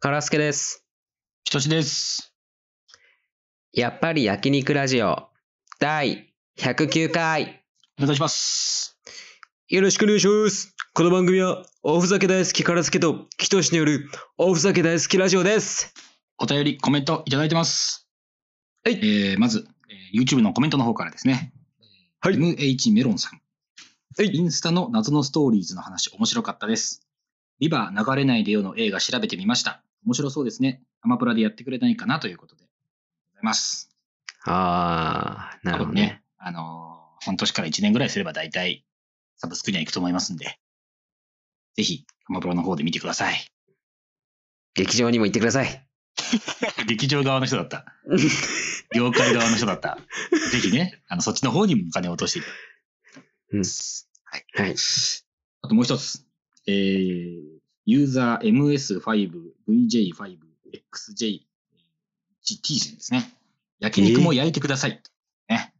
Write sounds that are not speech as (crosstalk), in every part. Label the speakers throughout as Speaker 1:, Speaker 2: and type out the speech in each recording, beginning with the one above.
Speaker 1: カラスケです。
Speaker 2: ひとしです。
Speaker 1: やっぱり焼肉ラジオ第109回
Speaker 2: お願いします。
Speaker 1: よろしくお願いします。この番組はおふざけ大好きカラスケとキトシによるおふざけ大好きラジオです。
Speaker 2: お便り、コメントいただいてます。
Speaker 1: はい
Speaker 2: えー、まず、えー YouTube のコメントの方からですね。
Speaker 1: はい
Speaker 2: MH メロンさん。
Speaker 1: はい
Speaker 2: インスタの謎のストーリーズの話、面白かったです。リバー流れないでよの映画調べてみました。面白そうですね。アマプラでやってくれないかなということで。ございます。
Speaker 1: あー、なるほど
Speaker 2: 多分
Speaker 1: ね。
Speaker 2: ね、あのー半年から1年ぐらいすれば大体、サブスクには行くと思いますんで。ぜひ、アマプラの方で見てください。
Speaker 1: 劇場にも行ってください。
Speaker 2: 劇場側の人だった。業界側の人だった。ぜひね、あの、そっちの方にもお金を落としていただきます
Speaker 1: うんはい。
Speaker 2: あともう一つ。えー、ユーザー MS5VJ5XJ1T さんですね。焼肉も焼いてください。ね。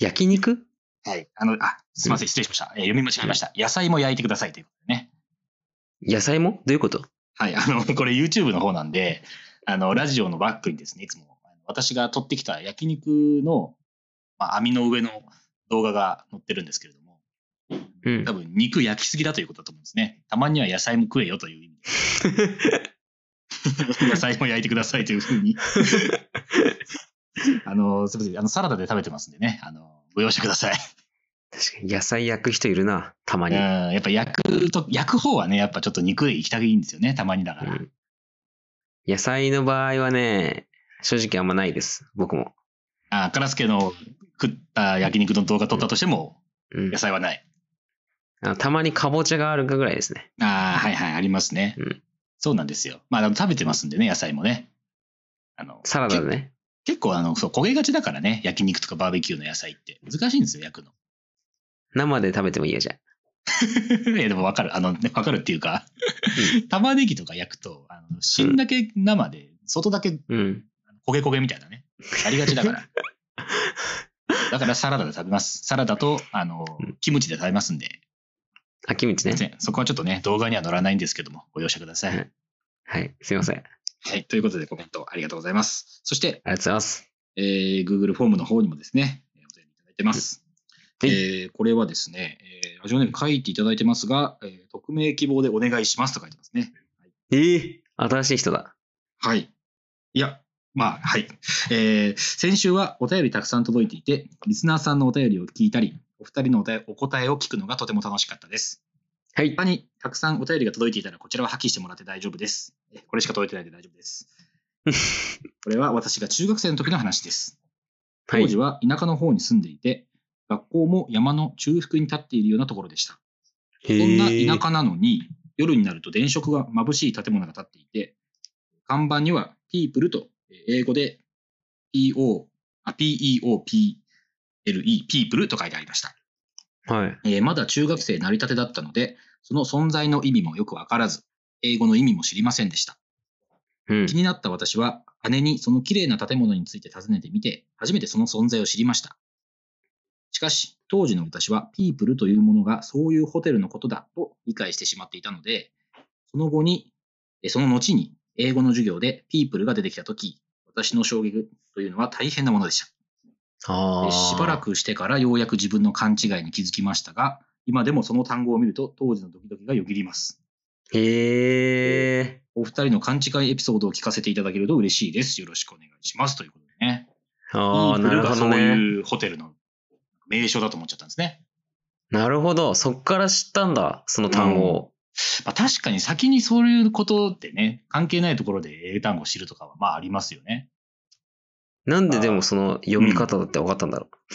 Speaker 1: 焼肉
Speaker 2: はい。あの、あ、すみません、失礼しました。えー読み間違えました。野菜も焼いてくださいということでね。
Speaker 1: 野菜もどういうこと
Speaker 2: はい、あの、 (laughs) これ YouTube の方なんで、あの、ラジオのバックにですね、いつも、あの私が撮ってきた焼肉の、まあ、網の上の動画が載ってるんですけれども、
Speaker 1: うん
Speaker 2: 多。分肉焼きすぎだということだと思うんですね。たまには野菜も食えよという意味で。 (laughs) 野菜も焼いてくださいというふうに。 (laughs) あの、すみません、あの、サラダで食べてますんでね、あの、ご容赦ください。
Speaker 1: 確かに野菜焼く人いるな、たま
Speaker 2: うん、
Speaker 1: に。
Speaker 2: やっぱ焼くと、焼く方はね、やっぱちょっと肉行きたいんですよね、たまにだか
Speaker 1: う
Speaker 2: ら。
Speaker 1: ん野菜の場合はね、正直あんまないです。僕も。
Speaker 2: あ、カラスケの食った焼肉の動画撮ったとしても、
Speaker 1: うん
Speaker 2: 野菜はない。
Speaker 1: あのたまにかぼちゃがあるかぐらいですね。
Speaker 2: ああ、はいはい、ありますね。
Speaker 1: うん
Speaker 2: そうなんですよ。まあ、あの食べてますんでね、野菜もね。あの
Speaker 1: サラダでね。
Speaker 2: け結構あのそう、焦げがちだからね、焼肉とかバーベキューの野菜って。難しいんですよ、焼くの。 (laughs)
Speaker 1: 生で食べてもいいよ、じゃあ
Speaker 2: いや、でもわかる。あの、ね、わかるっていうか、玉ねぎとか焼くと、あの芯だけ生で、外だけ焦
Speaker 1: うん。
Speaker 2: げ焦げみたいなね。ありがちだ
Speaker 1: (laughs)
Speaker 2: から。だからサラダで食べます。サラダと、あの
Speaker 1: うん、
Speaker 2: キムチで食べますんで、
Speaker 1: 秋道ね。
Speaker 2: ね、そこはちょっとね、動画には載らないんですけども、ご容赦ください。
Speaker 1: はいはい、すいません。あり
Speaker 2: はい。ということで、コメントありがとうございます。そして、
Speaker 1: がとうございます。
Speaker 2: えー Google フォームの方にもですね、えーお便りいただいてます。
Speaker 1: は
Speaker 2: え
Speaker 1: い
Speaker 2: ーこれはですね、えーラジオネーム書いていただいてますが、えー匿名希望でお願いしますと書いてますね。
Speaker 1: ええ新しい人だ。
Speaker 2: はい。いや、まあ、はい。えー先週はお便りたくさん届いていて、リスナーさんのお便りを聞いたり、お二人のお便お答えを聞くのがとても楽しかったです。
Speaker 1: はい
Speaker 2: 他。にたくさんお便りが届いていたらこちらは破棄してもらって大丈夫です。えこれしか届いてないんで大丈
Speaker 1: (laughs)
Speaker 2: 夫です。これは私が中学生の時の話です。
Speaker 1: は
Speaker 2: 当時
Speaker 1: い。
Speaker 2: は田舎の方に住んでいて、学校も山の中腹に立っているようなところでした。
Speaker 1: そ
Speaker 2: そんな田舎なのに、夜になると電飾が眩しい建物が建っていて、看板には People とえー英語で PO、あ PEOPLE、People と書いてありました。
Speaker 1: 舎。はい。
Speaker 2: えーまだ中学生成り立てだったので、その存在の意味もよくわからず、英語の意味も知りませんでした。
Speaker 1: うん
Speaker 2: 気。になった私は、姉にその綺麗な建物について尋ねてみて、初めてその存在を知りました。しかし、当時の私は、ピープルというものがそういうホテルのことだと理解してしまっていたので、その後に、えその後に、英語の授業でピープルが出てきたとき、私の衝撃というのは大変なものでした。
Speaker 1: あ
Speaker 2: で
Speaker 1: あ。
Speaker 2: しばら。くしてからようやく自分の勘違いに気づきましたが、今でもその単語を見ると当時のドキドキがよぎります。
Speaker 1: へえ。
Speaker 2: お二人の勘違いエピソードを聞かせていただけると嬉しいです。よろしくお願いします。ということでね。
Speaker 1: ああ、
Speaker 2: イー
Speaker 1: な
Speaker 2: プ
Speaker 1: る
Speaker 2: ルが
Speaker 1: ほど
Speaker 2: そう
Speaker 1: ね。
Speaker 2: いうホテルの名称だと思っちゃったんですね。
Speaker 1: なるほど。そっから知ったんだ、その単語を。
Speaker 2: まあ、確かに先にそういうことってね、関係ないところで英単語を知るとかはまあありますよね。
Speaker 1: なんででもその読み方だって分かったんだろう。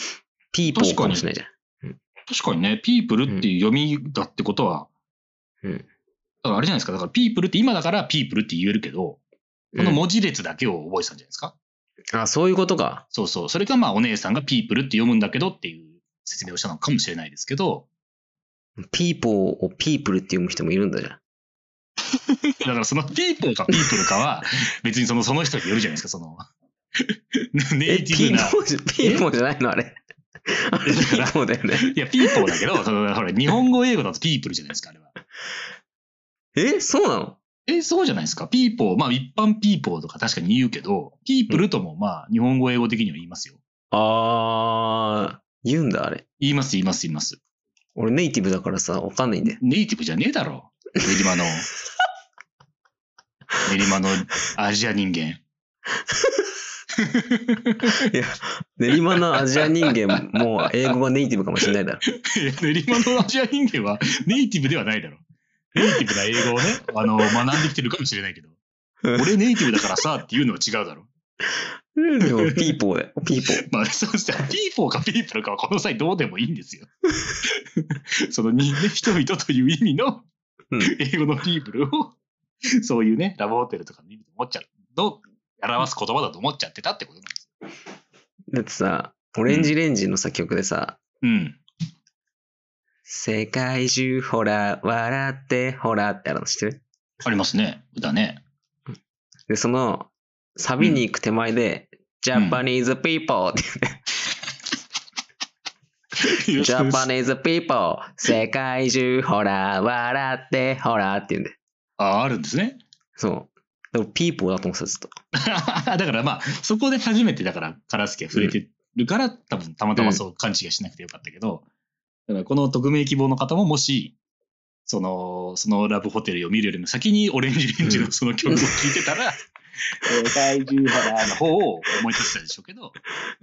Speaker 1: ピーポーかもしれないじゃん。
Speaker 2: 確かにね、ピープルっていう読みだってことは、
Speaker 1: うん
Speaker 2: だからあれじゃないですか。だからピープルって今だからピープルって言えるけど、この
Speaker 1: うん
Speaker 2: 文字列だけを覚えてたんじゃないですか。
Speaker 1: あ、そういうことか。
Speaker 2: そうそう。それかまあお姉さんがピープルって読むんだけどっていう説明をしたのかもしれないですけど、
Speaker 1: ピーポーをピープルって読む人もいるんだじゃん。
Speaker 2: だからそのピープルかピープル
Speaker 1: (laughs)
Speaker 2: かは別にそのその人によるじゃないですか、その。ネ
Speaker 1: え、
Speaker 2: イテ
Speaker 1: ピ
Speaker 2: ィブ
Speaker 1: ー
Speaker 2: な。
Speaker 1: ポーじゃ、ピーポーじゃないのあれ。あれ、ピーポーだよね。
Speaker 2: いや、ピーポーだけど、そのほら、日本語英語だとピープルじゃないですか、あれは。
Speaker 1: え、そうなの
Speaker 2: え、そうじゃないですか。ピーポー、まあ一般ピーポーとか確かに言うけど、ピープルともまあ日本語、英語的には言いますよ。
Speaker 1: あー、言うんだ、あれ。
Speaker 2: 言います、言います、言います。
Speaker 1: 俺ネイティブだからさ、わかんないんだよ。
Speaker 2: ネイティブじゃねえだろ。
Speaker 1: (laughs)
Speaker 2: 練馬の。練馬のアジア人間。
Speaker 1: いや、練馬のアジア人間もう英語がネイティブかもしれないだろ。
Speaker 2: いや (laughs) 練馬のアジア人間はネイティブではないだろ。ネイティブな英
Speaker 1: (laughs)
Speaker 2: 語をね、あの、学んできてるかもしれないけど。俺ネイティブだからさっていうのは違うだろ。
Speaker 1: でもピーポーだよ、ピーポー。
Speaker 2: まあ、そうしたら、ピーポーかピープルかはこの際どうでもいいんですよ。 (laughs) その人、ね、人々という意味の
Speaker 1: うん
Speaker 2: 英語のピープルを、そういうね、ラブホテルとかの意味で思っちゃう、の表す言葉だと思っちゃってたってことなんです。
Speaker 1: だってさ、オレンジレンジのさ、曲でさ、
Speaker 2: うん。
Speaker 1: 世界中ほら、笑ってほらってあるの知ってる
Speaker 2: ありますね。歌ね。
Speaker 1: で、その、サビに行く手前で、ジャパニーズピーポーって、 (laughs) ジャパニーズピーポー、世界中ほら、笑ってほらって言うんで。
Speaker 2: あ、あるんですね。
Speaker 1: そう。でもピーポーだと思ってた、ずっと。
Speaker 2: (laughs) だからまあ、そこで初めて、だから、カラスケが触れてるから、多分、たまたまそう勘違いしなくてよかったけど、だからこの匿名希望の方も、もし、その、そのラブホテルを見るよりも先にオレンジレンジのその曲を聴いてたら、 (laughs) 世界中原の方を思い出したでしょうけど、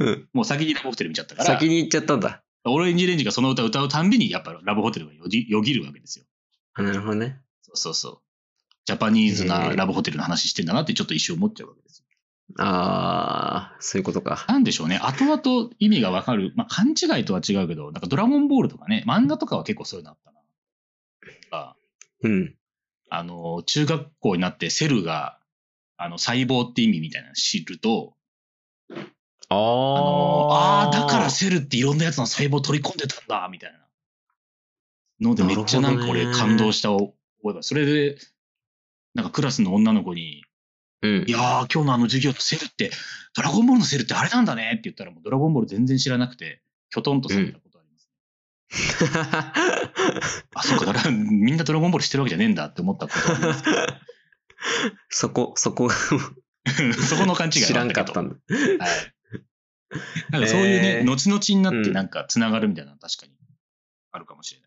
Speaker 1: うん。
Speaker 2: もう先にラブホテル見ちゃったから、
Speaker 1: 先に行っちゃったんだ。
Speaker 2: オレンジレンジがその歌を歌うたんびに、やっぱラブホテルがよぎよぎるわけですよ。
Speaker 1: あなるほどね。
Speaker 2: そうそうそう。ジャパニーズなラブホテルの話してんだなってちょっと一瞬思っちゃうわけですよ
Speaker 1: あー、そういうことか。
Speaker 2: なんでしょうね。後々意味がわかる。まあ、勘違いとは違うけど、なんかドラゴンボールとかね、漫画とかは結構そういうのあったな。あ
Speaker 1: うん。
Speaker 2: あの、中学校になってセルが、あの、細胞って意味みたいなの知ると、
Speaker 1: あー。
Speaker 2: あのあ
Speaker 1: あ
Speaker 2: ーだからセルっていろんなやつの細胞取り込んでたんだ、みたいな。ので、めっちゃなんか
Speaker 1: なるほど
Speaker 2: 俺
Speaker 1: ね
Speaker 2: 感動した覚えが。それで、なんかクラスの女の子に、
Speaker 1: うん
Speaker 2: い。やー、今日のあの授業、セルって、ドラゴンボールのセルってあれなんだねって言ったら、もうドラゴンボール全然知らなくて、きょとんとされたことあります。あ、そうか、だから、みんなドラゴンボールしてるわけじゃねえんだって思ったことあります。
Speaker 1: (laughs) そこ、そこ、 (laughs)
Speaker 2: そこの勘違い
Speaker 1: 知らんかった
Speaker 2: ん
Speaker 1: んだ。
Speaker 2: だ。はい。なんかそういうね、
Speaker 1: えー
Speaker 2: 後々になっ
Speaker 1: う
Speaker 2: て
Speaker 1: ん
Speaker 2: なんか繋がるみたいなのは確かにあるかもし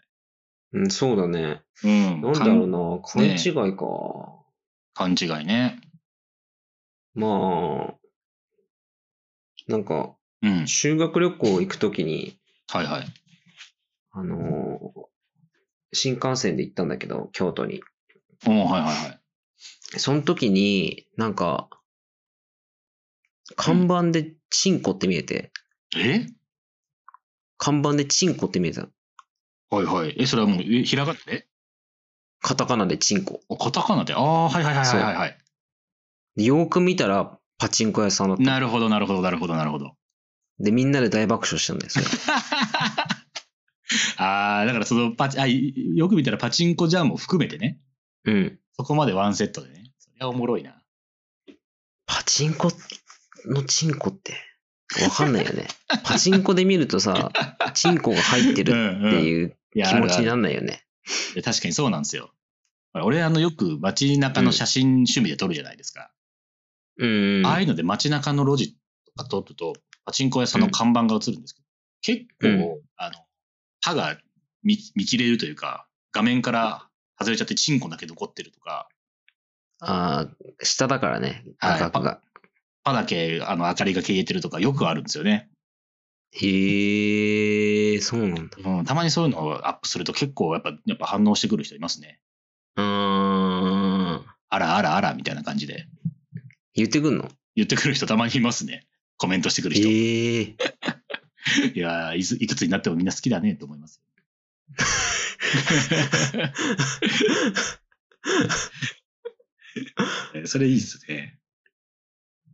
Speaker 1: うん、そうだね。
Speaker 2: れない。うん。
Speaker 1: なんだろうな、勘
Speaker 2: ね
Speaker 1: 違いか。
Speaker 2: 勘勘違いね。
Speaker 1: まあ、なんか、
Speaker 2: うん。
Speaker 1: 修学旅行行くときに、
Speaker 2: はいはい。
Speaker 1: あのー新幹線で行ったんだけど、京都に。
Speaker 2: おーはいはいはい。
Speaker 1: その時に、なんか、看板でチンコって見えて、
Speaker 2: え
Speaker 1: 看板でチンコって見えた。
Speaker 2: はいはい。え、それはもう、えひらがなで
Speaker 1: カタカナでチンコ。
Speaker 2: あカタカナでああ、はいはいはいはいはいはい。
Speaker 1: でよーく見たら、パチンコ屋さんだった。
Speaker 2: なるほどなるほどなるほどなるほど。
Speaker 1: で、みんなで大爆笑したんだよ、それ
Speaker 2: ああ、だからそのパチ、あ、いよく見たらパチンコジャーも含めてね。 (laughs)
Speaker 1: うん。
Speaker 2: そこまでワンセットでね。それはおもろいな。
Speaker 1: パチンコのチンコって、わかんないよ
Speaker 2: (laughs)
Speaker 1: ね。パチンコで見るとさ、チンコが入って
Speaker 2: う
Speaker 1: る
Speaker 2: ん
Speaker 1: って
Speaker 2: うん。い
Speaker 1: いう
Speaker 2: や、
Speaker 1: 気
Speaker 2: あ
Speaker 1: 持
Speaker 2: る
Speaker 1: ち
Speaker 2: あ
Speaker 1: に
Speaker 2: る
Speaker 1: な。んないよね。
Speaker 2: いや確かにそうなんですよ。俺、あの、よく街中の写真趣味で撮るじゃないですか。
Speaker 1: うん。
Speaker 2: ああいうので街中の路地とか撮ると、パチンコ屋さんの看板が映るんですけど、結構、あの、歯が見見切れるというか、画面から外れちゃってチンコだけ残ってるとか、
Speaker 1: ああ、下だからね、
Speaker 2: は
Speaker 1: 価
Speaker 2: い
Speaker 1: 格が。
Speaker 2: 歯だけ、あの、明かりが消えてるとか、よくあるんですよね。
Speaker 1: へえ、そうなんだ。
Speaker 2: うん、たまにそういうのをアップすると結構やっぱやっぱ反応してくる人いますね。
Speaker 1: うーん。
Speaker 2: あらあらあらみたいな感じで
Speaker 1: 言ってくんの
Speaker 2: 言ってくる人たまにいますね。コメントしてくる人。
Speaker 1: へえ。
Speaker 2: いやーいつ、いくつになってもみんな好きだねと思います。え (laughs) それいいですね。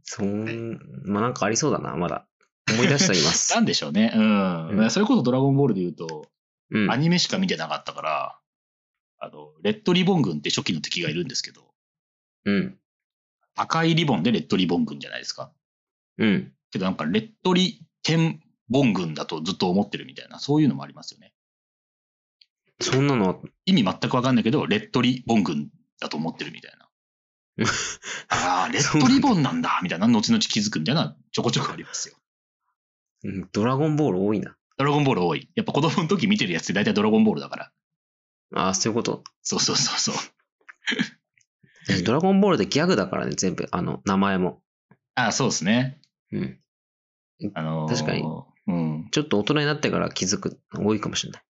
Speaker 1: そん、まあなんかありそうだな、まだ。思い出しています
Speaker 2: (laughs) な。んでしょうね。うん。
Speaker 1: うん
Speaker 2: それこそドラゴンボールで言うと、
Speaker 1: うん
Speaker 2: ア。ニメしか見てなかったから、あの、レッドリボン軍って初期の敵がいるんですけど、
Speaker 1: うん。
Speaker 2: 赤いリボンでレッドリボン軍じゃないですか。
Speaker 1: うん。
Speaker 2: けどなんかレッドリ天凡軍だとずっと思ってるみたいな、そういうのもありますよね。
Speaker 1: そんなの、 (laughs)
Speaker 2: 意味全くわかんないけど、レッドリ凡軍だと思ってるみたいな。ああ、レッドリボンなんだみたいな、後々気づくみたいな、ちょこちょこありますよ。
Speaker 1: うん、ドラゴンボール多いな。
Speaker 2: ドラゴンボール多い。やっぱ子供の時見てるやつって大体ドラゴンボールだから。
Speaker 1: ああ、そういうこと。
Speaker 2: そうそうそうそう。
Speaker 1: ドラゴンボールってギャグだからね、全部。あの、名前も。
Speaker 2: ああ、そうですね。
Speaker 1: うん。
Speaker 2: あのー
Speaker 1: 確かに。
Speaker 2: うん。
Speaker 1: ちょっと大人になってから気づくの多いかもしれない。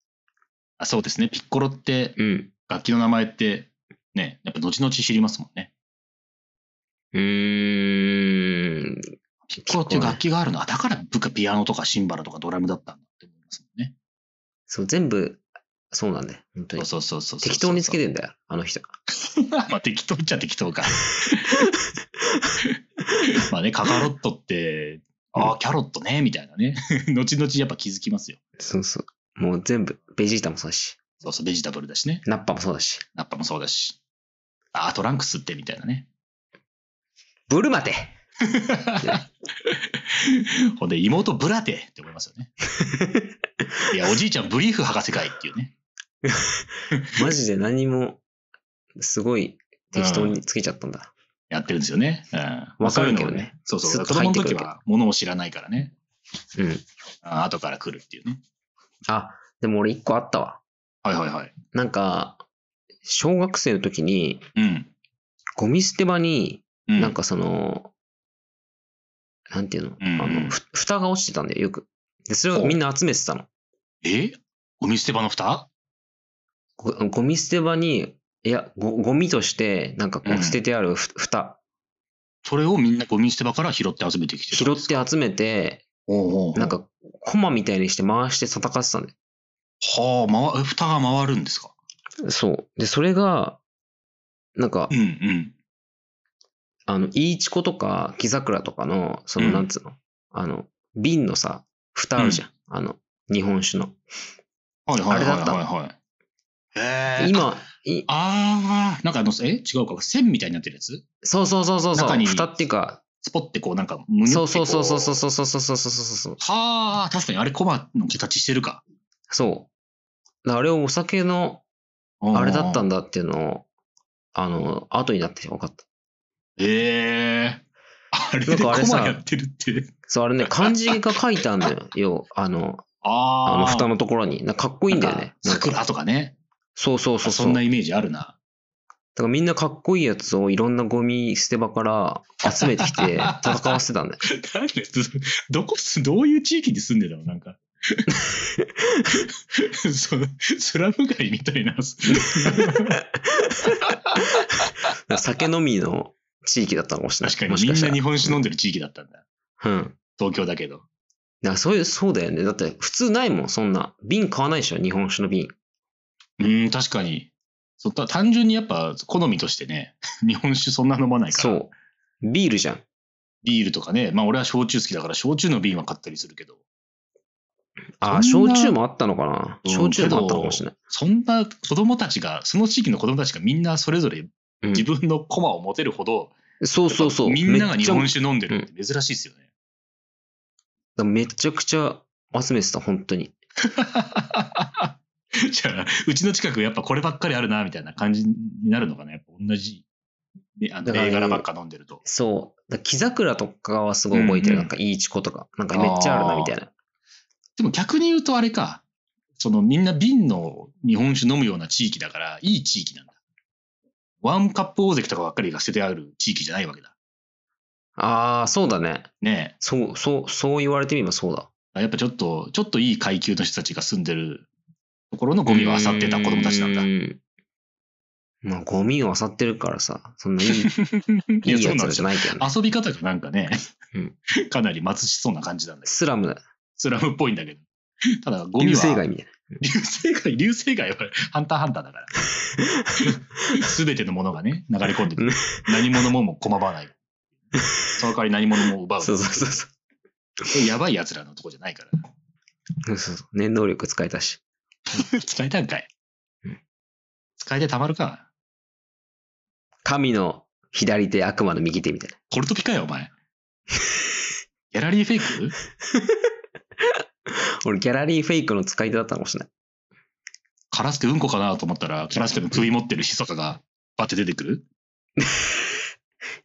Speaker 2: あそうですね。ピッコロって、
Speaker 1: うん。
Speaker 2: 楽器の名前って、ね、やっぱ後々知りますもんね。
Speaker 1: うーん。
Speaker 2: ピッコロっていう楽器があるの。あ、だから部下ピアノとかシンバルとかドラムだったんだって思いますもんね。
Speaker 1: そう、全部、そうなんだよ。本当
Speaker 2: そ
Speaker 1: に
Speaker 2: う。そうそうそうそう。
Speaker 1: 適当につけ
Speaker 2: て。
Speaker 1: てんだよ、あの人。
Speaker 2: (laughs) まあ適当っちゃ適
Speaker 1: (laughs)
Speaker 2: 当か。まあね、カカロットって、ああ、キャロットね、みたいなね。 (laughs) 後々やっぱ気づきますよ。
Speaker 1: そうそう。もう全部、ベジータもそうだし、
Speaker 2: そうそう、ベジタブルだしね。
Speaker 1: ナッパもそうだし、
Speaker 2: ナッパもそうだし。ああ、トランクスって、みたいなね。
Speaker 1: ブルマテ
Speaker 2: (laughs) ほんで、妹ブラテって思いますよ
Speaker 1: (laughs)
Speaker 2: ね。いや、おじいちゃんブリーフ博士かいっていうね。
Speaker 1: マジで何も、すごい適当につけちゃったんだ。
Speaker 2: やってるんですよね。うん。
Speaker 1: わかるけどね
Speaker 2: そういうのをそう
Speaker 1: ス
Speaker 2: そ
Speaker 1: ッ
Speaker 2: う。
Speaker 1: と
Speaker 2: 子供
Speaker 1: 入
Speaker 2: の
Speaker 1: ってくる
Speaker 2: 時は物を知らないからね。
Speaker 1: うん。
Speaker 2: あ後から来るっていうね。
Speaker 1: あ、でも俺一個あったわ。
Speaker 2: はいはいはい。
Speaker 1: なんか、小学生の時に、
Speaker 2: うん。
Speaker 1: ゴミ捨て場に、
Speaker 2: うん、
Speaker 1: なんかその、なんていうの、
Speaker 2: うん
Speaker 1: あの、ふ蓋が落ちてたんだよ、よく。で、それをみんな集めてたの。
Speaker 2: えゴミ捨て場の蓋
Speaker 1: ごゴミ捨て場に、いや、ごゴミとして、なんかこ
Speaker 2: うん
Speaker 1: う、捨ててあるふ蓋、
Speaker 2: それをみんなゴミ捨て場から拾って集めてきて
Speaker 1: 拾って集めて、
Speaker 2: おうおうおう
Speaker 1: なんか、コマみたいにして回して戦ってたんだ
Speaker 2: はあ、回、え蓋が回るんですか
Speaker 1: よ。そう。で、それが、なんか、
Speaker 2: うんうん。
Speaker 1: あの、イーチコとか、木桜とかの、そうの、
Speaker 2: ん
Speaker 1: なんつうの、あの、瓶のさ、蓋あるじゃん。あの、日本酒の。
Speaker 2: はいはいはい
Speaker 1: あれだった
Speaker 2: はいはい。えー、
Speaker 1: 今、い
Speaker 2: ああ、なんかあの、え違うか、線みたいになってるやつ
Speaker 1: そうそうそうそうそう、
Speaker 2: 中に
Speaker 1: 蓋っていうか、
Speaker 2: スポってこう、なんか、むにゅって
Speaker 1: そ
Speaker 2: こ
Speaker 1: うそうそうそうそうそうそうそうそうそう。
Speaker 2: はあ、確かにあれコマの形してるか。
Speaker 1: そう。だからあれをお酒のあれだったんだっていうのを、あの、後になって分かった。
Speaker 2: ええあれで
Speaker 1: なん
Speaker 2: コ
Speaker 1: かあれさ
Speaker 2: マやってるって。
Speaker 1: そう、あれね、漢字が書いてあるのよ。要、あの、
Speaker 2: (laughs) あ
Speaker 1: あ
Speaker 2: あ。
Speaker 1: の、蓋のところに。なんかかっこいいんだよ
Speaker 2: なん
Speaker 1: ね
Speaker 2: か。
Speaker 1: なんか
Speaker 2: 桜とかね。
Speaker 1: そうそうそうそ
Speaker 2: そ
Speaker 1: う。
Speaker 2: ん
Speaker 1: だ
Speaker 2: な
Speaker 1: か
Speaker 2: イメージあるな。
Speaker 1: らみんなかっこいいやつをいろんなゴミ捨て場から集めてき
Speaker 2: (laughs)
Speaker 1: て戦わせてたんだよ。
Speaker 2: なんで、 (laughs) どこす、どういう地域に住んでたのな
Speaker 1: (laughs)
Speaker 2: んか。そのスラム街みたいな。
Speaker 1: だから酒飲みの地域だったのかもしれない。
Speaker 2: 確かに
Speaker 1: もし
Speaker 2: みん
Speaker 1: した
Speaker 2: な
Speaker 1: ら
Speaker 2: 日本酒飲んでる地域だったんだ。
Speaker 1: うん。だか
Speaker 2: 東京だけど。
Speaker 1: らそういう、そうだよね。だって普通ないもん、そんな。瓶買わないでしょ、日本酒の瓶。
Speaker 2: うん、確かに。そうた単純にやっぱ好みとしてね、 (laughs) 日本酒そんな飲まないから。
Speaker 1: そう。ビールじゃん。
Speaker 2: ビールとかね、まあ俺は焼酎好きだから焼酎の瓶は買ったりするけど、
Speaker 1: ああ、
Speaker 2: そんな
Speaker 1: 焼酎もあったのかな。
Speaker 2: うん
Speaker 1: 焼酎もあったのかもしれない。
Speaker 2: そんな子供たちが、その地域の子供たちがみんなそれぞれ
Speaker 1: うん
Speaker 2: 自分の駒を持てるほど、
Speaker 1: そうそうそう。
Speaker 2: みんな
Speaker 1: め
Speaker 2: が
Speaker 1: っ
Speaker 2: 日
Speaker 1: ちゃ
Speaker 2: 本酒飲んでるって珍しいですよね。
Speaker 1: めちゃくちゃ集めてた、本当に。
Speaker 2: じゃあ、 (laughs) うちの近くやっぱこればっかりあるな、みたいな感じになるのかな。やっぱ同じ、ね、あの
Speaker 1: だから
Speaker 2: 銘柄ばっか飲んでると。
Speaker 1: そう。だ木桜とかはすごい覚えてる。
Speaker 2: うんうん
Speaker 1: なんか、いいチコとか。なんか、めっちゃあるな、みたいな。
Speaker 2: でも逆に言うとあれか、そのみんな瓶の日本酒飲むような地域だから、いい地域なんだ。ワンカップ大関とかばっかりが捨ててある地域じゃないわけだ。
Speaker 1: ああ、そうだね。
Speaker 2: ねえ。
Speaker 1: そう、そう、そう言われてみればそうだ。
Speaker 2: やっぱちょっと、ちょっといい階級の人たちが住んでるところのゴミを漁ってた子供たちなんだ
Speaker 1: う。んまあ、ゴミを漁ってるからさ、そんないい、
Speaker 2: (laughs)
Speaker 1: いい
Speaker 2: いや、そう
Speaker 1: やつ
Speaker 2: なん
Speaker 1: ら
Speaker 2: です
Speaker 1: じゃ
Speaker 2: よ。
Speaker 1: ないけどね。
Speaker 2: 遊び方がなんかね
Speaker 1: うん、
Speaker 2: (laughs) かなり貧しそうな感じなんだけど、
Speaker 1: スラムだ。
Speaker 2: スラムっぽいんだけど。ただ、ゴミは。
Speaker 1: 流星街みたいな。
Speaker 2: 流星街。流星街はハンターハンターだ
Speaker 1: (laughs)
Speaker 2: から。すべてのものがね、流れ込んでくる
Speaker 1: ね。
Speaker 2: 何者もも拒まない。その代わり何者も奪う。
Speaker 1: そうそうそうそう。
Speaker 2: やばい奴らのとこじゃないから。
Speaker 1: そうそうそう。念能力使えたし。。
Speaker 2: 使えたんかいう使えてたまるか。
Speaker 1: 神の左手、悪魔の右手みたいな。
Speaker 2: コルトピかよ、お前。ギャラリーフェイク
Speaker 1: 俺、ギャラリーフェイクの使い手だったのかもしれない。
Speaker 2: カラスケうんこかなと思ったら、カラスケの首持ってるヒソカがバッて出てくる
Speaker 1: い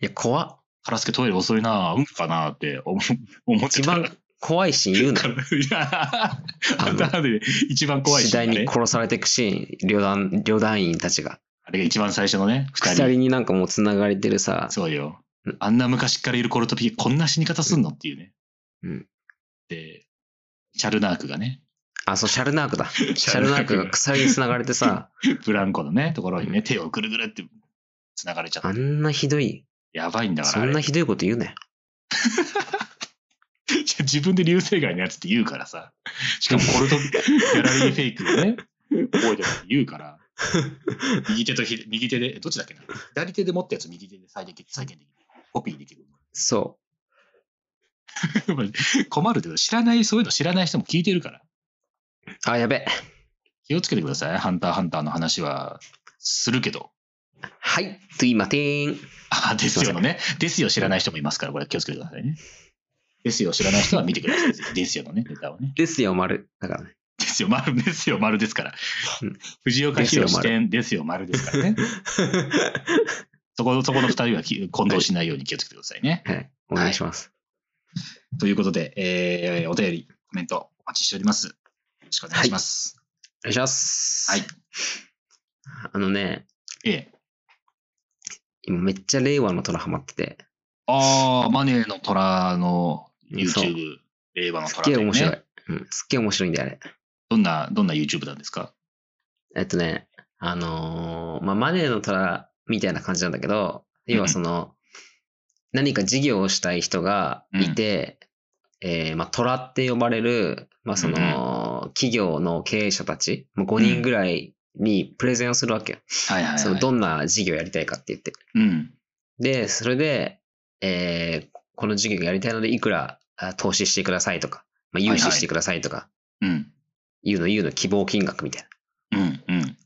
Speaker 1: や、怖っ。
Speaker 2: カラスケトイレ遅いなうんこかなって思思って
Speaker 1: 一
Speaker 2: たら。
Speaker 1: 番怖いシーン言うな
Speaker 2: か。らいや、
Speaker 1: あ
Speaker 2: あん
Speaker 1: の
Speaker 2: たなんで一番 (laughs) 怖い
Speaker 1: 次
Speaker 2: シー
Speaker 1: 第
Speaker 2: ンだね
Speaker 1: に殺されていくシーン、旅団、旅団員たちが。
Speaker 2: あれが一番最初のね、二人。
Speaker 1: 鎖になんかもう繋がれてるさ、
Speaker 2: そうよ
Speaker 1: うん。
Speaker 2: あんな昔からいるコルトピー、こんな死に方すんのっていうね。
Speaker 1: うん。
Speaker 2: で、シャルナークがね、
Speaker 1: あ、そう、シャルナーク
Speaker 2: (laughs)
Speaker 1: だ。シャ
Speaker 2: ャ
Speaker 1: ル
Speaker 2: ル
Speaker 1: ナ
Speaker 2: ナ
Speaker 1: ー
Speaker 2: ー
Speaker 1: ク
Speaker 2: ク
Speaker 1: が鎖に繋がれてさ、
Speaker 2: ブランコのね、ところにね、手をぐるぐるって繋がれちゃっ
Speaker 1: あ
Speaker 2: た。
Speaker 1: んなひどい、
Speaker 2: やばいんだから。
Speaker 1: そ
Speaker 2: あ
Speaker 1: ん
Speaker 2: れ
Speaker 1: なひどいこと言うなよ。
Speaker 2: いや (laughs) 自分で流星街のやつって言うからさ。しかもコルト、ギャラリーフェイクをね、覚えてるって言うから。右手とひ右手で、えどっちだっけな左手で持ったやつ右手で再現できる。再現できる。コピー
Speaker 1: (laughs)
Speaker 2: できる。
Speaker 1: そ
Speaker 2: 困るけど、知らない、そういうの知らない人も聞いてるから。
Speaker 1: う。あ、やべ。
Speaker 2: 気をつけてください。ハンターハンターの話はするけど。
Speaker 1: はい、トゥイマティーン。
Speaker 2: あ、ですよのね。ですよ知らない人もいますから、これ気をつけてくださいね。ですよ知らない人は見てくださいぜひ。ですよのね、ネタをね。
Speaker 1: ですよ、丸。だ
Speaker 2: (laughs)
Speaker 1: からね。
Speaker 2: ですよ、丸、ですよ、丸ですから
Speaker 1: うん。
Speaker 2: 藤岡
Speaker 1: ですよ
Speaker 2: 弘視点、ですよ、丸ですからね。そこの、そこの二人はき混同しないように気をつけてくださいね。
Speaker 1: はい、お願いします。
Speaker 2: ということで、えー、お便り、コメントお待ちしております。よろしくお願いします。
Speaker 1: お願いします。
Speaker 2: はい。
Speaker 1: あのね、
Speaker 2: ええ。
Speaker 1: 今めっちゃ令和の虎ハマってて、
Speaker 2: あー、マネーの虎の
Speaker 1: そう
Speaker 2: YouTube、令和の
Speaker 1: すっ
Speaker 2: 虎
Speaker 1: げえ
Speaker 2: とう
Speaker 1: 面
Speaker 2: ね
Speaker 1: 白い。うん、すっげえ面白いんだよ、あれ。
Speaker 2: どんな、どんな YouTube なんですか
Speaker 1: えっとね、あのーまあ、マネーの虎みたいな感じなんだけど、要はその、何か事業をしたい人がいて、えーまあ、虎って呼ばれる、まあ、その、企業の経営者たち、まあ、5人ぐらいにプレゼンをするわけよ。
Speaker 2: はいはい、はい。
Speaker 1: その、どんな事業やりたいかって言って。
Speaker 2: うん。
Speaker 1: で、それで、えーこの事業やりたいので、いくらあ投資してくださいとか、まあ、融資してくださいとか、
Speaker 2: うん。
Speaker 1: いうの、いうの、希望金額みたいな。
Speaker 2: うん。うん。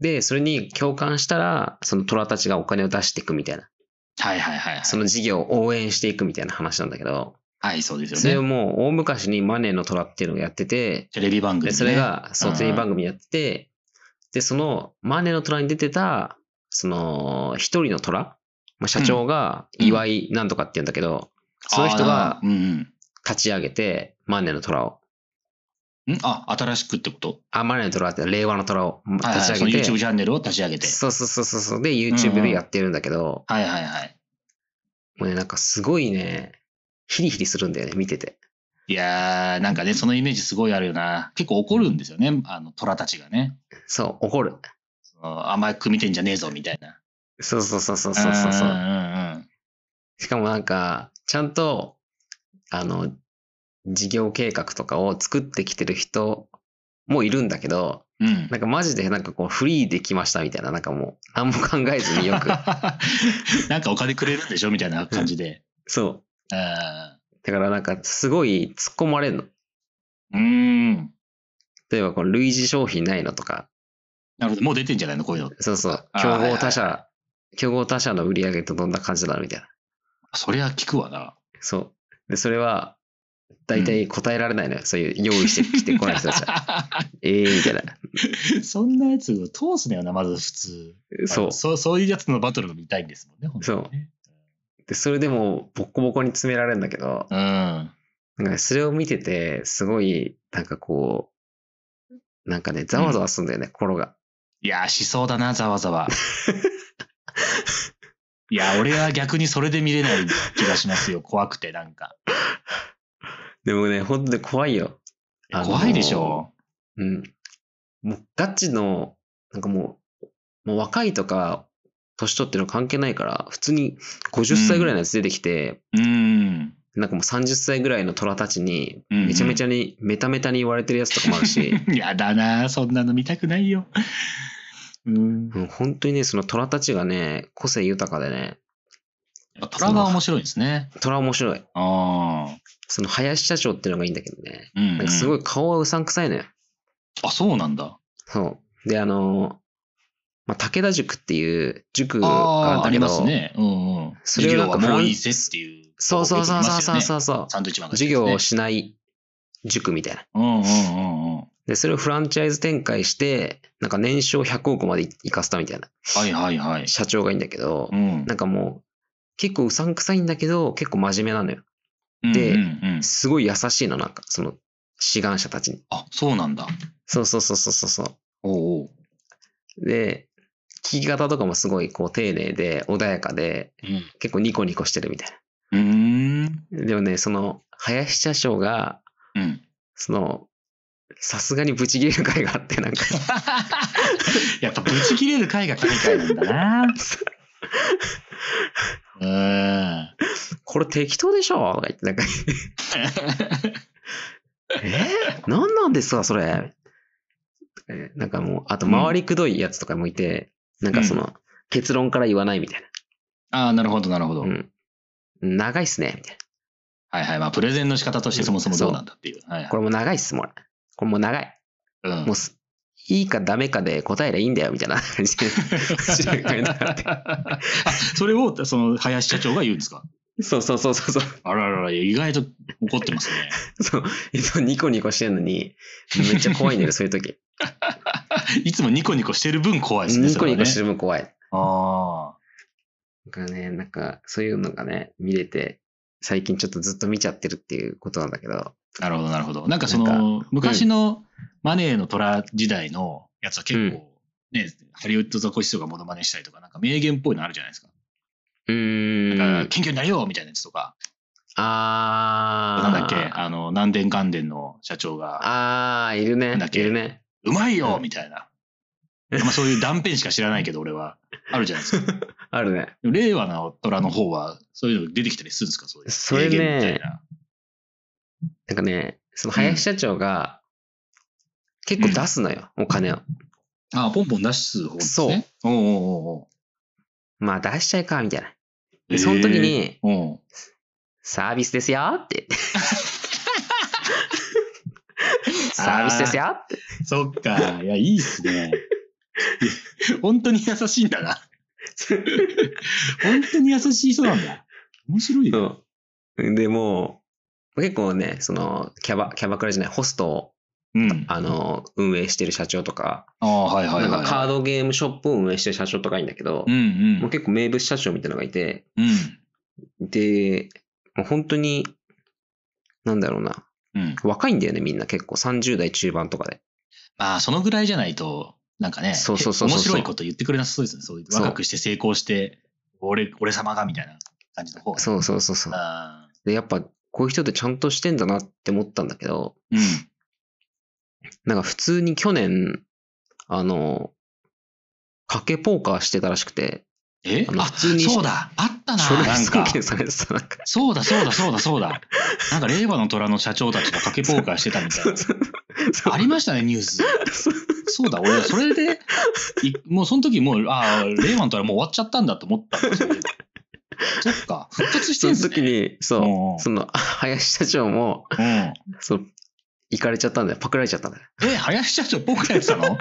Speaker 1: で、それに共感したら、その虎たちがお金を出していくみたいな、
Speaker 2: はいはいはい、はい。
Speaker 1: その事業を応援していくみたいな話なんだけど、
Speaker 2: はい、そうです
Speaker 1: それ
Speaker 2: よ
Speaker 1: を
Speaker 2: ね。
Speaker 1: もう大昔にマネーの虎っていうのをやってて、
Speaker 2: テレビ番
Speaker 1: で、
Speaker 2: 組、ね。
Speaker 1: それ、が、そう、
Speaker 2: うん
Speaker 1: テレビ番組やってて、で、そのマネーの虎に出てた、その、一人の虎、まあ、社長が
Speaker 2: うん
Speaker 1: 岩井なんとかって言うんだけど、その人が
Speaker 2: あーうん
Speaker 1: 立ち上げて、マネーの虎を、
Speaker 2: うん。んあ、新しくってこと
Speaker 1: あ、マネーの虎って令和の虎を
Speaker 2: はいはい
Speaker 1: 立ち
Speaker 2: その
Speaker 1: 上げて、
Speaker 2: YouTube チャンネルを立ち上げて。
Speaker 1: そうそうそうそう、で、YouTube でやってるんだけど、
Speaker 2: はいはいはい。
Speaker 1: もうね、なんかすごいね、ヒリヒリするんだよね、見てて。
Speaker 2: いやー、なんかね、そのイメージすごいあるよな。結構怒るんですよね、あの、虎たちがね。
Speaker 1: そう、怒る。
Speaker 2: その甘く見てんじゃねえぞ、みたいな。
Speaker 1: そうそうそうそうそうそうそ
Speaker 2: んん
Speaker 1: う。
Speaker 2: うん。
Speaker 1: しかもなんか、ちゃんと、あの、事業計画とかを作ってきてる人もいるんだけど、
Speaker 2: うん
Speaker 1: なんかマジでなんかこうフリーできましたみたいな、なんかもう何も考えずによく。
Speaker 2: (laughs) なんかお金くれるんでしょみたいな感じで。
Speaker 1: そう。
Speaker 2: あ
Speaker 1: だからなんかすごい突っ込まれるの。
Speaker 2: ーうーん。
Speaker 1: 例えばこの類似商品ないのとか、
Speaker 2: なるほど。もう出てんじゃないのこういうの。
Speaker 1: そうそう、
Speaker 2: あー
Speaker 1: 競
Speaker 2: は
Speaker 1: 合
Speaker 2: いはい
Speaker 1: 他社、競合他社の売り上げとどんな感じなのみたいな。
Speaker 2: そりゃ聞くわな。
Speaker 1: そう。で、それは、大体答えられないのよ。そういう、用意してきてこない人た
Speaker 2: (laughs)
Speaker 1: ちは。ええー、みたいな。
Speaker 2: そんなやつ通すのよな、まず普通。
Speaker 1: そう
Speaker 2: あ。そう。そういうやつのバトルが見たいんですもんね、本当にね
Speaker 1: で、それでも、ボッコボコに詰められるんだけど、
Speaker 2: うん。
Speaker 1: なんかそれを見てて、すごい、なんかこう、なんかね、ざわざわすんだよね、心が。
Speaker 2: いやー、しそうだな、ざわ
Speaker 1: (laughs)
Speaker 2: ざわ。いや、俺は逆にそれで見れない気がしますよ。怖くて、なんか。
Speaker 1: でもね、本当に怖いよ。あのー
Speaker 2: 怖いでしょ。
Speaker 1: うん。もう、ガチの、なんかもう、もう若いとか、年取ってるの関係ないから、普通に50歳ぐらいのやつ出てきて、
Speaker 2: うん。
Speaker 1: なんかもう30歳ぐらいの虎たちに、
Speaker 2: うんうん
Speaker 1: めちゃめちゃに、メタメタに言われてるやつとかもある
Speaker 2: (laughs)
Speaker 1: し、
Speaker 2: やだな、そんなの見たくないよ。うん。
Speaker 1: もう本当にね、その虎たちがね、個性豊かでね、
Speaker 2: やっぱ虎が面白いんですね。
Speaker 1: 虎面白い。
Speaker 2: あ
Speaker 1: その林社長っていうのがいいんだけどね、
Speaker 2: あ。うん、
Speaker 1: な
Speaker 2: うんん。
Speaker 1: かすごい顔はうさんくさいのよ。
Speaker 2: あ、そうなんだ。
Speaker 1: そう。で、あの、まあ、武田塾っていう塾がある
Speaker 2: あ
Speaker 1: ん
Speaker 2: あ、
Speaker 1: だ
Speaker 2: あ
Speaker 1: け
Speaker 2: り
Speaker 1: ど、
Speaker 2: ますね。うんうん。
Speaker 1: それを
Speaker 2: 授
Speaker 1: なん
Speaker 2: 業
Speaker 1: か
Speaker 2: はもういいぜっていう。。
Speaker 1: そうそうそうそうそうそううそう、
Speaker 2: サンドイッチマンが、
Speaker 1: 授業をしない塾みたいな。
Speaker 2: うんうんうんうん。
Speaker 1: で、それをフランチャイズ展開して、なんか年商100億までいいかせたみたいな
Speaker 2: はいはいはい。
Speaker 1: 社長がいいんだけど、
Speaker 2: うん
Speaker 1: な。んかもう、結構うさんくさいんだけど、結構真面目なのよ。
Speaker 2: で、
Speaker 1: で
Speaker 2: うんうんうん
Speaker 1: すごい優しいの、なんか、その、志願者たちに。
Speaker 2: あ、そうなんだ。
Speaker 1: そうそうそうそうそうそ
Speaker 2: おうおう。
Speaker 1: う。で、聞き方とかもすごいこう丁寧で穏やかで、
Speaker 2: うん
Speaker 1: 結構ニコニコしてるみたいう
Speaker 2: ーん。
Speaker 1: な。でもね、その、林社長が、
Speaker 2: うん。 (laughs)
Speaker 1: その、さすがにブチ切れる回があって、なんか、
Speaker 2: やっぱブチ切れる回が神回な
Speaker 1: (laughs)
Speaker 2: んだな。う
Speaker 1: これ適当でしょとか言って、なんか、
Speaker 2: ーん。
Speaker 1: えー、何なんですか、それ。えーなんかもう、あと、回りくどいやつとかもいて、なんかその、結論から言わないみたい
Speaker 2: ああ、なるほど、なるほ
Speaker 1: な。
Speaker 2: ど。
Speaker 1: うん。長いっすね、みたい
Speaker 2: はいはい。まあ、プレゼンの仕方としてそもそもどうなんだっていう。はい
Speaker 1: な。
Speaker 2: はい
Speaker 1: これも長いっす、もう。これもう長い。
Speaker 2: うん
Speaker 1: もうす、いいかダメかで答えりゃいいんだよ、みたい (laughs) な感じで。知らないなって
Speaker 2: (laughs) あそれを、その、林社長が言うんですか
Speaker 1: そうそうそうそうそう。
Speaker 2: あららら、意外と怒ってますね。
Speaker 1: そう。いつもニコニコしてんのに、めっちゃ怖いん (laughs) だよ、そういう時。
Speaker 2: (laughs) いつもニコニコしてる分怖いですね。
Speaker 1: ニコニコして
Speaker 2: る。
Speaker 1: る分怖い。
Speaker 2: あ
Speaker 1: だからね、なんか、そういうのがね、見れて、最近ちょっとずっと見ちゃってるっていうことなんだけど、
Speaker 2: あ。なるほど、なるほど。なんかそ
Speaker 1: なん
Speaker 2: の、昔のマネーの虎時代のやつは結構、ね、ハリウッドザコシショウがモノマネしたりとか、なんか名言っぽいのあるじゃないですか。
Speaker 1: うーん。
Speaker 2: なんか、謙虚になれよみたいなやつとか、
Speaker 1: あー。
Speaker 2: なんだっけ、あの、南電関電の社長が、
Speaker 1: あー、いるね
Speaker 2: なんだっ。
Speaker 1: い
Speaker 2: け
Speaker 1: るね。
Speaker 2: うまいうよ
Speaker 1: ん
Speaker 2: みたいな。まあそういう断片しか知らないけど、俺は。あるじゃないですか。
Speaker 1: あるね。
Speaker 2: でも令和の虎の方は、そういうの出てきたりするんですかそういう。
Speaker 1: それね
Speaker 2: 名言みたいな。
Speaker 1: なんかね、その林社長が、結構出すのよ、お金を。
Speaker 2: ああ、ポンポン出す方ですね。そう。おうおうおうお
Speaker 1: まあ出しちゃいか、みたいな。
Speaker 2: う
Speaker 1: で、その時、に、
Speaker 2: えーおう
Speaker 1: サービスですよ (laughs) って言って。サービスですよって。
Speaker 2: そっか。いや、いいっすね。 (laughs) 本当に優しいんだな。 (laughs) 本当に優しい人なんだ。面白いね。
Speaker 1: そう。で、もう、結構ね、その、キャバ、キャバクラじゃない、ホストを、
Speaker 2: うん。あ
Speaker 1: あの、運営してる社長とか、
Speaker 2: あ、はいはいはい。
Speaker 1: なんかカードゲームショップを運営してる社長とかいいんだけど、
Speaker 2: うんうん。
Speaker 1: もう結構名物社長みたいなのがいて、
Speaker 2: うん。
Speaker 1: で、もう本当に、なんだろうな、
Speaker 2: うん。
Speaker 1: 若いんだよね、みんな結構。30代中盤とかで。
Speaker 2: まあ、そのぐらいじゃないと、なんかね、
Speaker 1: そうそうそうそう
Speaker 2: 面白いこと言ってくれなさそうですね。そういう
Speaker 1: そう
Speaker 2: 若くして成功して、俺、俺様がみたいな感じの方が。
Speaker 1: そうそうそうそう。
Speaker 2: あ
Speaker 1: で、やっぱ、こういう人ってちゃんとしてんだなって思ったんだけど、
Speaker 2: ーうん。
Speaker 1: なんか普通に去年、あの、賭けポーカーしてたらしくて、
Speaker 2: え
Speaker 1: あの
Speaker 2: あ、
Speaker 1: 普通に
Speaker 2: そうだ。あった
Speaker 1: 書
Speaker 2: な。
Speaker 1: 類
Speaker 2: なん
Speaker 1: 送
Speaker 2: か。
Speaker 1: 検されてた、なんか。
Speaker 2: そうだそうだそうだそうだ。なんか令和の虎の社長たちが賭けポーカーしてた
Speaker 1: (laughs)
Speaker 2: みたいな。 (laughs) ありましたね、ニュース。そうだ、俺、それで、いもうその時もう、ああ、令和の虎もう終わっちゃったんだと思ったんだそれでそっか、復活して
Speaker 1: そ
Speaker 2: ん
Speaker 1: の
Speaker 2: す
Speaker 1: 時
Speaker 2: ね。
Speaker 1: に、
Speaker 2: おうお
Speaker 1: そうう、その、あ林社長も、
Speaker 2: うん。
Speaker 1: その、行かれちゃったんだよ。パクられちゃったんだよ。
Speaker 2: え、林社長ポーカーやってたの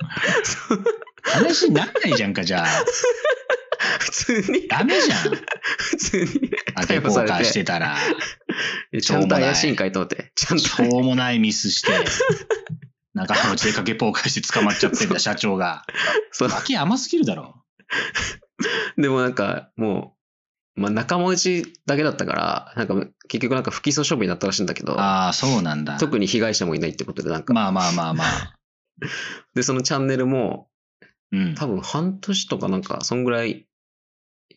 Speaker 2: 話にならないじゃんか、じゃあ。
Speaker 1: 普通に、
Speaker 2: ダメじゃん。
Speaker 1: 普通
Speaker 2: 賭けポーカーしてたら。
Speaker 1: に、ちゃんと怪しいんかいと思って。ちゃんと
Speaker 2: し。ょうもないミス
Speaker 1: (laughs)
Speaker 2: して、仲間内で賭けポーカーして捕まっちゃってんだ、社長が。
Speaker 1: そう。
Speaker 2: 脇甘すぎるだろ。
Speaker 1: でもなんか、もう、まあ仲間内だけだったから、なんか結局なんか不起訴処分になったらしいんだけど、
Speaker 2: ああ、そうなんだ。
Speaker 1: 特に被害者もいないってことでなんか、
Speaker 2: まあまあまあまあ。
Speaker 1: で、そのチャンネルも
Speaker 2: うん。
Speaker 1: 多分半年とかなんか、そんぐらい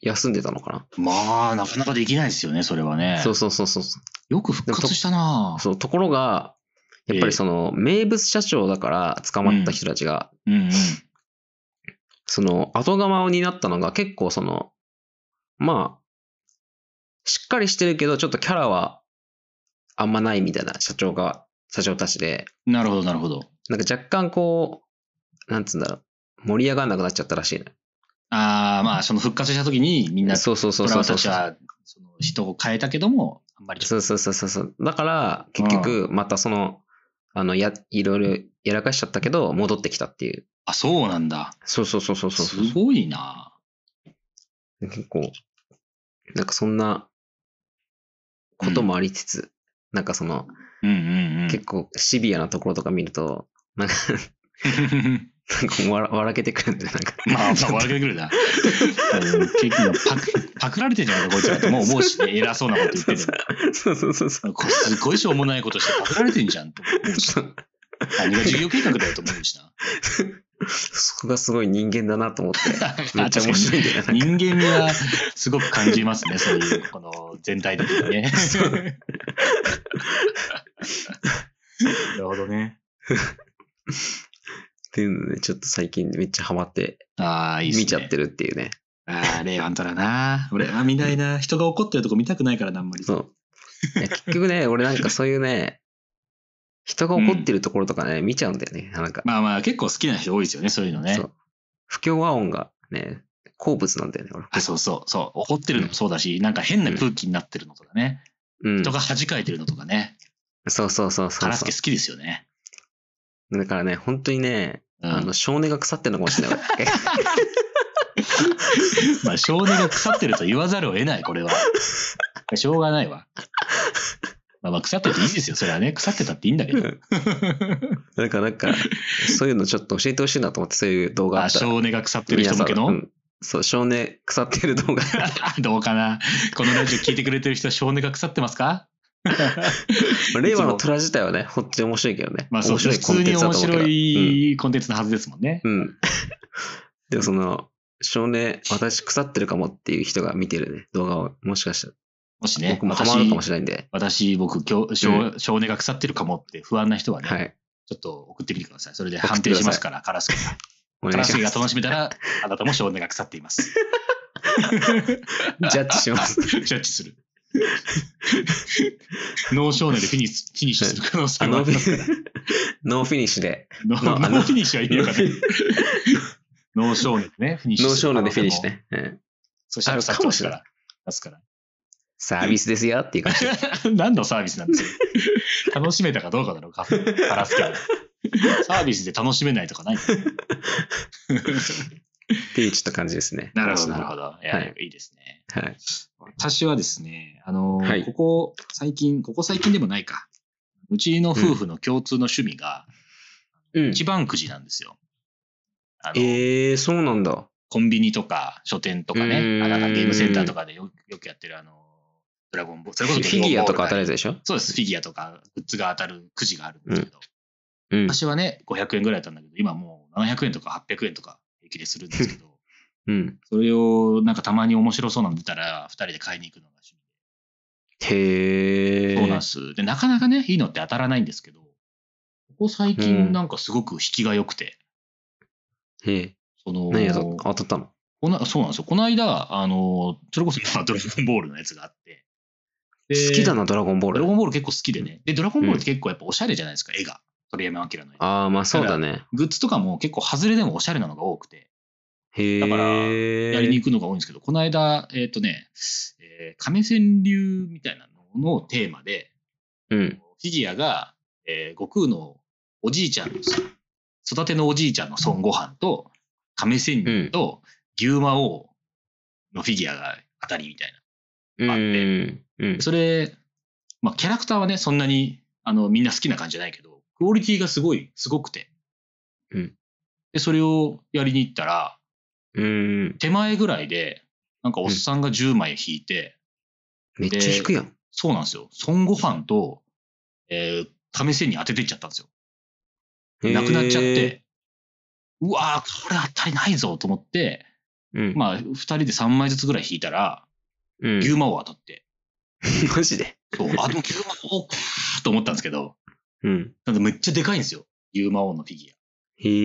Speaker 1: 休んでたのか
Speaker 2: まあ、なかなかできないですよね、それはね
Speaker 1: な。。そうそうそうそう。
Speaker 2: よく復活したな
Speaker 1: そう、ところが、やっぱりその、名物社長だから捕まった人たちが、
Speaker 2: うんうん。
Speaker 1: その、後釜になったのが結構その、まあ、しっかりしてるけど、ちょっとキャラはあんまないみたいな社長が、社長たちで、
Speaker 2: なるほど、なるほど。
Speaker 1: なんか若干こう、なんつうんだろう、盛り上がんなくなっちゃったらしいね。
Speaker 2: ああ、まあ、その復活した時に、みんな、
Speaker 1: そうそうそ
Speaker 2: ド
Speaker 1: う
Speaker 2: ラ
Speaker 1: そ
Speaker 2: マ
Speaker 1: うそ
Speaker 2: た
Speaker 1: う。
Speaker 2: ちは、その人を変えたけども、あんまりちょっ
Speaker 1: そうそうそうそうそう。だから、結局、またその、あの、や、いろいろやらかしちゃったけど、戻ってきたっていう。
Speaker 2: とあ、そうなんだ。
Speaker 1: そうそうそうそうそう
Speaker 2: す
Speaker 1: そう。
Speaker 2: ごいな
Speaker 1: 結構、なんかそんなこともありつつ、なんかその、
Speaker 2: うんうんうん。
Speaker 1: 結構シビアなところとか見ると、なんか
Speaker 2: 構。
Speaker 1: なんか笑笑けてくるんで、なんか。
Speaker 2: まあ、まあ、笑けてくるな。うん結局パク、パクられてんじゃないか、こいつらともう思うしね、偉そうなこと言ってても。
Speaker 1: そうそうそうそう。
Speaker 2: これすごいしょうもないことしてパクられてんじゃんと思うし。何が事業計画だよと思う (laughs) しな。
Speaker 1: そこがすごい人間だなと (laughs) 思って。めっちゃ面白いんだよな。
Speaker 2: 人間味はすごく感じますね、そういう、この全体的にね。 (laughs) なるほどね。
Speaker 1: っていうので、ちょっと最近めっちゃハマって
Speaker 2: ああ、いいっすね。
Speaker 1: 見ちゃってるっていうね。
Speaker 2: ああ、レイワントだな。俺は見ないな。人が怒ってるとこ見たくないからな、あんまり。
Speaker 1: そう。いや結局
Speaker 2: (laughs)
Speaker 1: ね、俺なんかそういうね、人が怒ってるところとかね、見ちゃうんだよね。なんか、
Speaker 2: まあまあ、結構好きな人多いですよね、そういうのね
Speaker 1: そ。う。不協和音がね、好物なんだよね、俺。
Speaker 2: あそうそうそう。怒ってるのもそうだし、なんか変な空気になってるのとかね。
Speaker 1: うん。
Speaker 2: 人が恥かいてるのとかね。
Speaker 1: そうそうそうそ
Speaker 2: カ
Speaker 1: う
Speaker 2: ラス
Speaker 1: そ
Speaker 2: ケ好きですよね。
Speaker 1: う。だからね、本当にね、
Speaker 2: うん
Speaker 1: あの、少年が腐ってるのかもしれない。
Speaker 2: (laughs)
Speaker 1: 俺
Speaker 2: まあ、少年が腐ってると言わざるを得ない、これは。しょうがないわ。まあまあ、腐ってていいですよ、それはね。腐ってたっていいんだけど。
Speaker 1: なんか、なんか、そういうのちょっと教えてほしいなと思って、そういう動画あ
Speaker 2: あ、
Speaker 1: ったら。
Speaker 2: 少年が腐ってる人向けの、
Speaker 1: 皆さんうんそう、少年腐ってる
Speaker 2: (laughs)
Speaker 1: 動画。
Speaker 2: どうかな。このラジオ聞いてくれてる人は少年が腐ってますか
Speaker 1: まあ令和の虎自体はね、本当に面白いけどね。
Speaker 2: まあ、そう、
Speaker 1: 面白
Speaker 2: 普
Speaker 1: いコ
Speaker 2: 通
Speaker 1: ンテ
Speaker 2: に
Speaker 1: ンツだ
Speaker 2: 面
Speaker 1: と思うけど。
Speaker 2: 白いコンテンツのはずですもんね。
Speaker 1: うん。うん。 (laughs) でもその、少年、私腐ってるかもっていう人が見てるね、動画を、もしかしたら。
Speaker 2: もしね、
Speaker 1: 僕もハマるかも
Speaker 2: 私
Speaker 1: しれないんで。
Speaker 2: 私、僕、今日、少少年が腐ってるかもって不安な人はね、
Speaker 1: はい。
Speaker 2: ちょっと送ってみてください。それで
Speaker 1: 送
Speaker 2: 判
Speaker 1: ってくだ
Speaker 2: 定
Speaker 1: さい
Speaker 2: しますから、カラスケが。
Speaker 1: お
Speaker 2: カ
Speaker 1: 願
Speaker 2: ラ
Speaker 1: いし
Speaker 2: スケ
Speaker 1: ま
Speaker 2: が
Speaker 1: す。
Speaker 2: 楽しめたら、あなたも少年が腐っています。
Speaker 1: (laughs) ジャッジします。
Speaker 2: ジャッジする。ノー少年でフィニッシュフィニッシュする可能性
Speaker 1: あ
Speaker 2: もあ
Speaker 1: の
Speaker 2: りますから。
Speaker 1: ノーフィニッシュで。
Speaker 2: ノー
Speaker 1: ノー
Speaker 2: ノーフィニッシュはいいのかね。ノー少年でね、フィニッシュ
Speaker 1: ノー
Speaker 2: す
Speaker 1: 少
Speaker 2: る可
Speaker 1: 年
Speaker 2: 能性も。
Speaker 1: でフィニッシュね。うん
Speaker 2: そしたら腐ってますから。出すから。
Speaker 1: サービスですよっていう感じで。
Speaker 2: 何のサービスなんです
Speaker 1: (laughs)
Speaker 2: か楽しめたかどうかだろうか、カラスケは。サービスで楽しめない
Speaker 1: (laughs)
Speaker 2: とかないか
Speaker 1: っていうちょっと感じですね。
Speaker 2: (laughs) ななるほど、なるほど。いや、
Speaker 1: はい
Speaker 2: い、いですね。
Speaker 1: はい。
Speaker 2: 私はですね、あの、
Speaker 1: はい
Speaker 2: ここ最近、ここ最近でもないか。うちの夫婦の共通の趣味が、
Speaker 1: うん
Speaker 2: 一番くじなんですよ。あの、
Speaker 1: えー、そうなんだ。
Speaker 2: コンビニとか書店とか
Speaker 1: うー
Speaker 2: ね、
Speaker 1: ん
Speaker 2: あなんかゲームセンターとかでよよくやってるあの、ドラゴンボール、それ
Speaker 1: フ
Speaker 2: こそ
Speaker 1: ィギュアとか当たるや
Speaker 2: る
Speaker 1: つでしょ
Speaker 2: そうです、フィギュアとかグッズが当たるくじがあるんですけど、
Speaker 1: うん。
Speaker 2: 昔はね、500円ぐらいだったんだけど、今もう700円とか800円とか平気でするんです
Speaker 1: (laughs)
Speaker 2: けど、
Speaker 1: うん。
Speaker 2: それをなんかたまに面白そうなの出たら、2人で買いに行くのが趣味
Speaker 1: へえ。
Speaker 2: そうなんです。で、なかなかね、いいのって当たらないんですけど、ここ最
Speaker 1: う
Speaker 2: 近
Speaker 1: ん
Speaker 2: なんかすごく引きが良くて、
Speaker 1: へえ。
Speaker 2: その、
Speaker 1: 何やった当たったの
Speaker 2: こなそうなんですよ。この間、あの、それこそ、まあ、ドラゴンボールのやつがあって。で
Speaker 1: 好きだ。な、ドラゴンボー
Speaker 2: ドラゴ
Speaker 1: ル。
Speaker 2: ンボール結構好きでね。で、ドラゴンボールって結構やっぱおしゃれじゃないですか、絵が。鳥山明の絵。
Speaker 1: ああ、まあそうだね。
Speaker 2: グッズとかも結構外れでもおしゃれなのが多くて、
Speaker 1: へえ。
Speaker 2: だからやりに行くのが多いんですけど、この間、えっ、とね、えー亀仙流みたいなののテーマで、
Speaker 1: うん。
Speaker 2: フィギュアが、えー悟空のおじいちゃんの、育てのおじいちゃんの孫悟飯と、亀仙人と牛魔王のフィギュアが当たりみたいな。
Speaker 1: う
Speaker 2: あっ
Speaker 1: ん。うん。
Speaker 2: それ、まあ、キャラクターはね、そんなに、あの、みんな好きな感じじゃないけど、クオリティがすごい、すごくて。
Speaker 1: うん
Speaker 2: で、それをやりに行ったら、
Speaker 1: うん。
Speaker 2: 手前ぐらいで、なんかおっさんが10枚引いて、
Speaker 1: めっちゃ引くやん。
Speaker 2: そうなんですよ。孫悟飯と、えー、亀仙人当てていっちゃったんですよ。なくなっちゃっ
Speaker 1: へ
Speaker 2: て、うわー、これ当たりないぞと思って、
Speaker 1: え。うん。
Speaker 2: まあ、2人で3枚ずつぐらい引いたら、
Speaker 1: うん
Speaker 2: 牛魔王当たって、
Speaker 1: マジで。
Speaker 2: そう、あ、でも牛魔王かーと思ったんですけど、
Speaker 1: うん。
Speaker 2: なんかめっちゃでかいんですよ、牛魔王のフィギュア。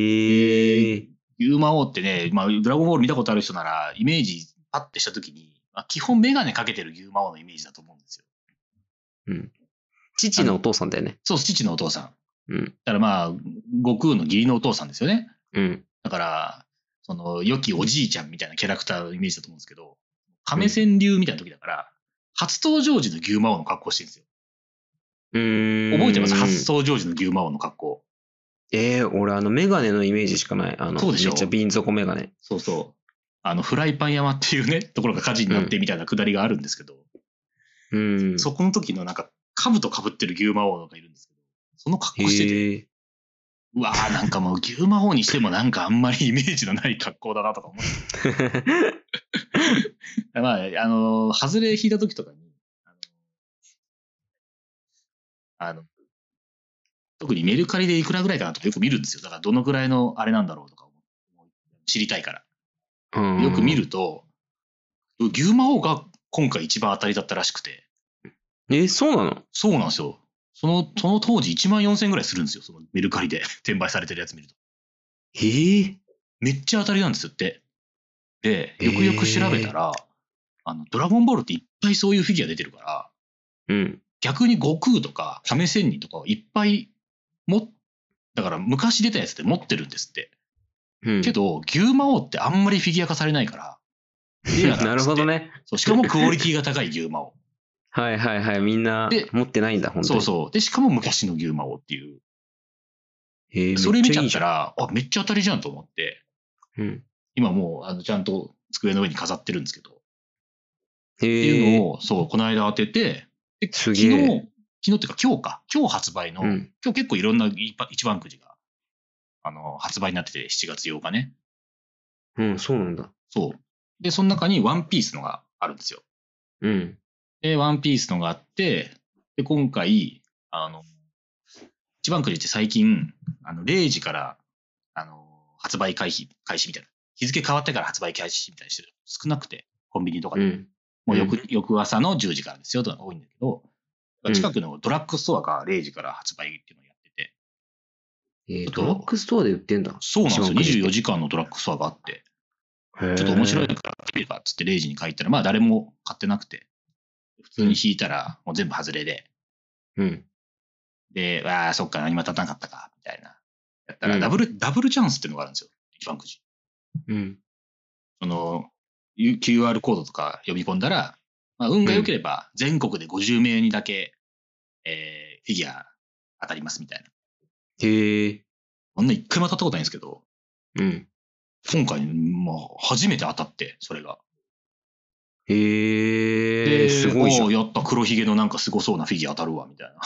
Speaker 1: へえ。
Speaker 2: 牛魔王ってね、まあ、ドラゴンボール見たことある人なら、イメージパッてしたときに、まあ、基本メガネかけてる牛魔王のイメージだと思うんですよ。
Speaker 1: うん。父のお父さんだよね。
Speaker 2: そう、父のお父さん。だ
Speaker 1: うん。
Speaker 2: からまあ、悟空の義理のお父さんですよね。
Speaker 1: うん。
Speaker 2: だから、その、良きおじいちゃんみたいなキャラクターのイメージだと思うんですけど、亀仙流みたいな時だから、初登場時の牛魔王の格好してるんですよ。
Speaker 1: うん。
Speaker 2: 覚えてます初登場時の牛魔王の格好。
Speaker 1: ええ俺あの、メガネのイメージしかない。あの、
Speaker 2: そうでしょ
Speaker 1: めっちゃ瓶底メガネ。
Speaker 2: そうそう。あの、フライパン山っていうね、ところが火事になってみたいなくだりがあるんですけど、
Speaker 1: うん。
Speaker 2: そこの時のなんか、兜かぶってる牛魔王がいるんですけど、その格好してて、
Speaker 1: へえ。
Speaker 2: うわーなんかもう牛魔法にしてもなんかあんまりイメージのない格好だなとか思って
Speaker 1: (laughs)
Speaker 2: まああの外れ引いた時とかにあのあの特にメルカリでいくらぐらいかなとかよく見るんですよだからどのぐらいのあれなんだろうとか思う知りたいから
Speaker 1: うん
Speaker 2: よく見。ると、牛魔王が今回一番当たりだったらしくて、
Speaker 1: え、そうなの
Speaker 2: そうなんですよ。その、その当時1万4000円ぐらいするんですよ。そのメルカリで (laughs) 転売されてるやつ見ると。
Speaker 1: えー、
Speaker 2: めっちゃ当たりなんですって。で、よくよく調べたら、あの、ドラゴンボールっていっぱいそういうフィギュア出てるから、
Speaker 1: うん。
Speaker 2: 逆に悟空とか、亀仙人とかをいっぱい持っ、だから昔出たやつって持ってるんですって。
Speaker 1: うん。
Speaker 2: けど、牛魔王ってあんまりフィギュア化されないから、レアんですっ
Speaker 1: (laughs)
Speaker 2: て
Speaker 1: なるほど。ね。
Speaker 2: そうしかもクオリティが高い牛魔王。
Speaker 1: はいはいはい。みんな
Speaker 2: で
Speaker 1: 持ってないんだ、 (laughs) 本当
Speaker 2: そう
Speaker 1: に。う
Speaker 2: そう。で、しかも昔の牛魔王っていう。
Speaker 1: そう。えー、
Speaker 2: それ見ちゃ
Speaker 1: め
Speaker 2: っ
Speaker 1: いいじ
Speaker 2: たら、あ、めっちゃ当たりじゃんと思って、
Speaker 1: ゃん。うん。
Speaker 2: 今もう、あの、ちゃんと机の上に飾ってるんですけど、
Speaker 1: え
Speaker 2: っていう
Speaker 1: ー、
Speaker 2: のを、そう、この間当てて、です昨
Speaker 1: げ
Speaker 2: 日、
Speaker 1: え
Speaker 2: 昨日っていうか今日か、今日発売の、
Speaker 1: うん。
Speaker 2: 今日結構いろんな一番一番くじが、あの、発売になってて、7月8日ね。
Speaker 1: うん、そうなんだ。
Speaker 2: そう。で、その中にワンピースのがあるんですよ。
Speaker 1: うん。
Speaker 2: で、ワンピースのがあって、で、今回、あの、一番くじって最近、あの、0時から、あの、発売開始、開始みたいな。日付変わってから発売開始みたいにしてる。少なくて、コンビニとか
Speaker 1: う
Speaker 2: で。
Speaker 1: ん。
Speaker 2: もう翌、翌朝の10時からですよとかが多いんだけど、
Speaker 1: うん
Speaker 2: 近くのドラッグストアが0時から発売っていうのをやってて、
Speaker 1: えー、
Speaker 2: ち
Speaker 1: ド
Speaker 2: ょっと
Speaker 1: ラッグストアで売ってんだ。
Speaker 2: そうなんです
Speaker 1: 一番くじっ
Speaker 2: よ。
Speaker 1: て
Speaker 2: 24時間のドラッグストアがあって、
Speaker 1: ちょっ
Speaker 2: ちょっと面白いから来てるかっつって0時に書いたら、まあ誰も買ってなくて、普通に引いたらもう全部外れで、
Speaker 1: うん。
Speaker 2: で、わあ、そっか、何も当たらなかったか、みたいな。やった
Speaker 1: う
Speaker 2: ら、
Speaker 1: ん
Speaker 2: ダブル、ダブルチャンスっていうのがあるんですよ。一番くじ。
Speaker 1: うん。
Speaker 2: その、U- QR コードとか読み込んだら、まあ、運が良ければ、全国で50名にだけ、えー、フィギュア当たりますみたいな。
Speaker 1: えー、
Speaker 2: こんな一回も当たったことないんですけど、
Speaker 1: うん。
Speaker 2: 今回、まあ、初めて当たって、それが。
Speaker 1: えー、
Speaker 2: です
Speaker 1: ごいじゃ
Speaker 2: お
Speaker 1: ん
Speaker 2: ー。やった、黒ひげのなんかすごそうなフィギュア当たるわ、みたいな。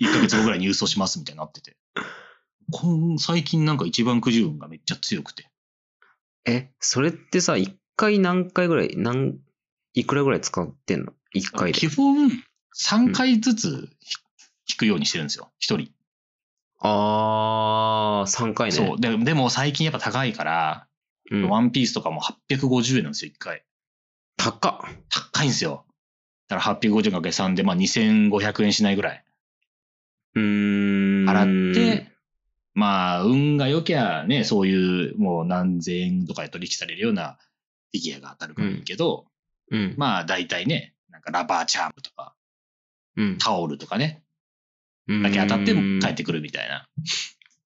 Speaker 2: 1ヶ月 (laughs) 後ぐらいに郵送します、みたいになってて。こん最近なんか一番くじ運がめっちゃ強くて。
Speaker 1: え、それってさ、一回何回ぐらい、何、いくらぐらい使ってんの一回で
Speaker 2: 基。本、3回ずつひ引くようにしてるんですよ、1人。
Speaker 1: あー、三回ね。
Speaker 2: そうで。でも最近やっぱ高いから、
Speaker 1: うん。
Speaker 2: ワンピースとかも850円なんですよ、1回。
Speaker 1: 高っ。
Speaker 2: 高いんですよ。だから850円かけ3で、まあ2500円しないぐらい。
Speaker 1: うーん。
Speaker 2: 払って、まあ、運が良きゃね、そういうもう何千円とかで取引されるようなフィギュアが当たるからいいけど、
Speaker 1: うん。
Speaker 2: まあ大体ね、なんかラバーチャームとか、
Speaker 1: うん。
Speaker 2: タオルとかね、だけ当たっても帰ってくるみたいな。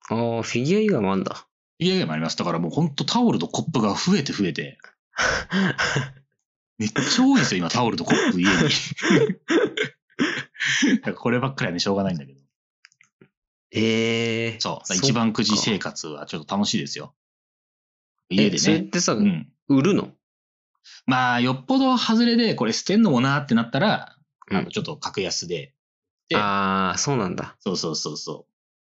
Speaker 1: あー、フィギュア以外もあんだ。
Speaker 2: フィギュアもあります。だからもうほんとタオルとコップが増えて増えて、めっちゃ多いんですよ、今タオルとコップ家に。
Speaker 1: (laughs)
Speaker 2: だからこればっかりはね、しょうがないんだけど。
Speaker 1: えー。
Speaker 2: そう。だか
Speaker 1: そ
Speaker 2: ら
Speaker 1: っか
Speaker 2: 一番くじ生活はちょっと楽しいですよ。家
Speaker 1: えそれっ
Speaker 2: でね。
Speaker 1: てさ、
Speaker 2: うん。
Speaker 1: 売るの
Speaker 2: まあ、よっぽど外れで、これ捨てんのもなってなったら、
Speaker 1: うん
Speaker 2: あの、ちょっと格安で。で、
Speaker 1: あー、そうなんだ。
Speaker 2: そうそうそうそ